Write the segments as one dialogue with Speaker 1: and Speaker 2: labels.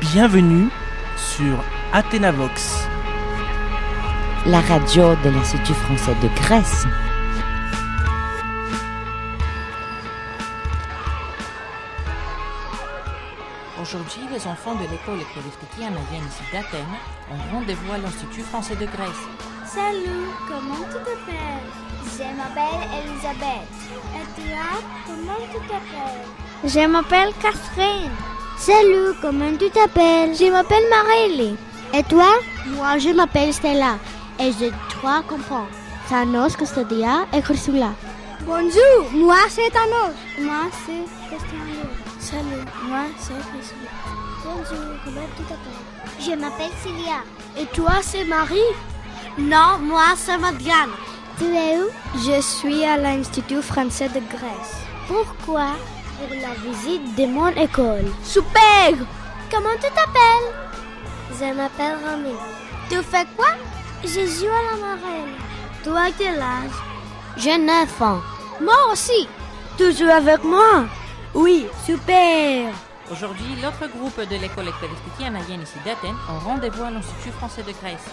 Speaker 1: bienvenue sur Athénavox.
Speaker 2: la radio de l'Institut français de Grèce.
Speaker 3: Aujourd'hui, les enfants de l'école politique américaine ici d'Athènes ont rendez-vous à l'Institut français de Grèce.
Speaker 4: Salut, comment tu t'appelles
Speaker 5: Je m'appelle Elisabeth.
Speaker 4: Et toi, comment tu t'appelles
Speaker 5: Je m'appelle Catherine. Salut, comment tu t'appelles Je m'appelle Marélie. Et toi Moi, je m'appelle Stella. Et j'ai trois enfants. Thanos, Custodia et Ursula. Bonjour, moi c'est Thanos. Moi c'est Custodia. Salut, moi c'est Ursula. Bonjour, comment tu t'appelles Je m'appelle Sylvia. Et toi c'est Marie Non, moi c'est Madiane. Tu es où Je suis à l'Institut français de Grèce. Pourquoi Pour la visite de mon école. Super Comment tu t'appelles Je m'appelle Rami. Tu fais quoi Je joue à la marelle. Toi, quel âge J'ai 9 ans. Moi aussi Tu joues avec moi Oui, super
Speaker 3: Aujourd'hui, l'autre groupe de l'école politique américaine ici d'Athènes ont rendez-vous à l'Institut français de Grèce.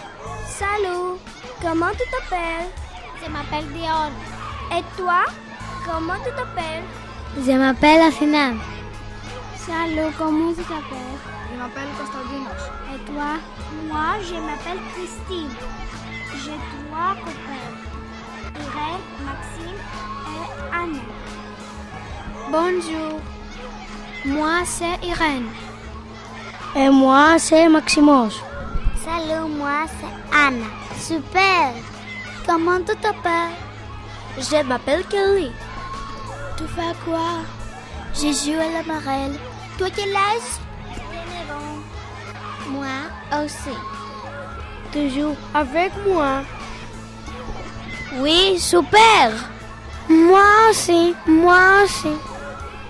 Speaker 4: Salut, comment tu t'appelles
Speaker 5: Je m'appelle Dion.
Speaker 4: Et toi, comment tu t'appelles
Speaker 5: Je m'appelle Athena. Salut, comment tu t'appelles
Speaker 4: Je m'appelle Constantinos. Et toi Moi, je m'appelle Christine. J'ai trois copains. Irène, Maxime et Anne.
Speaker 5: Bonjour. Moi, c'est Irène. Et moi, c'est Maximos. Salut, moi, c'est Anne. Super. Comment tu t'appelles Je m'appelle Kelly. Tu fais quoi Je joue à la marelle. Toi, quel âge Moi aussi. Tu joues avec moi Oui, super. Moi aussi, moi aussi.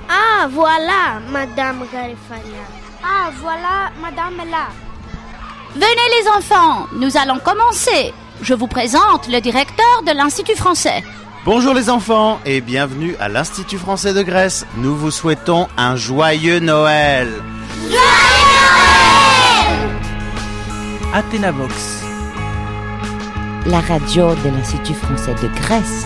Speaker 5: Ah, voilà, Madame Garifania.
Speaker 4: Ah, voilà, madame est là.
Speaker 6: Venez les enfants, nous allons commencer. Je vous présente le directeur de l'Institut français.
Speaker 7: Bonjour les enfants et bienvenue à l'Institut français de Grèce. Nous vous souhaitons un joyeux Noël.
Speaker 1: Athénavox.
Speaker 2: La radio de l'Institut français de Grèce.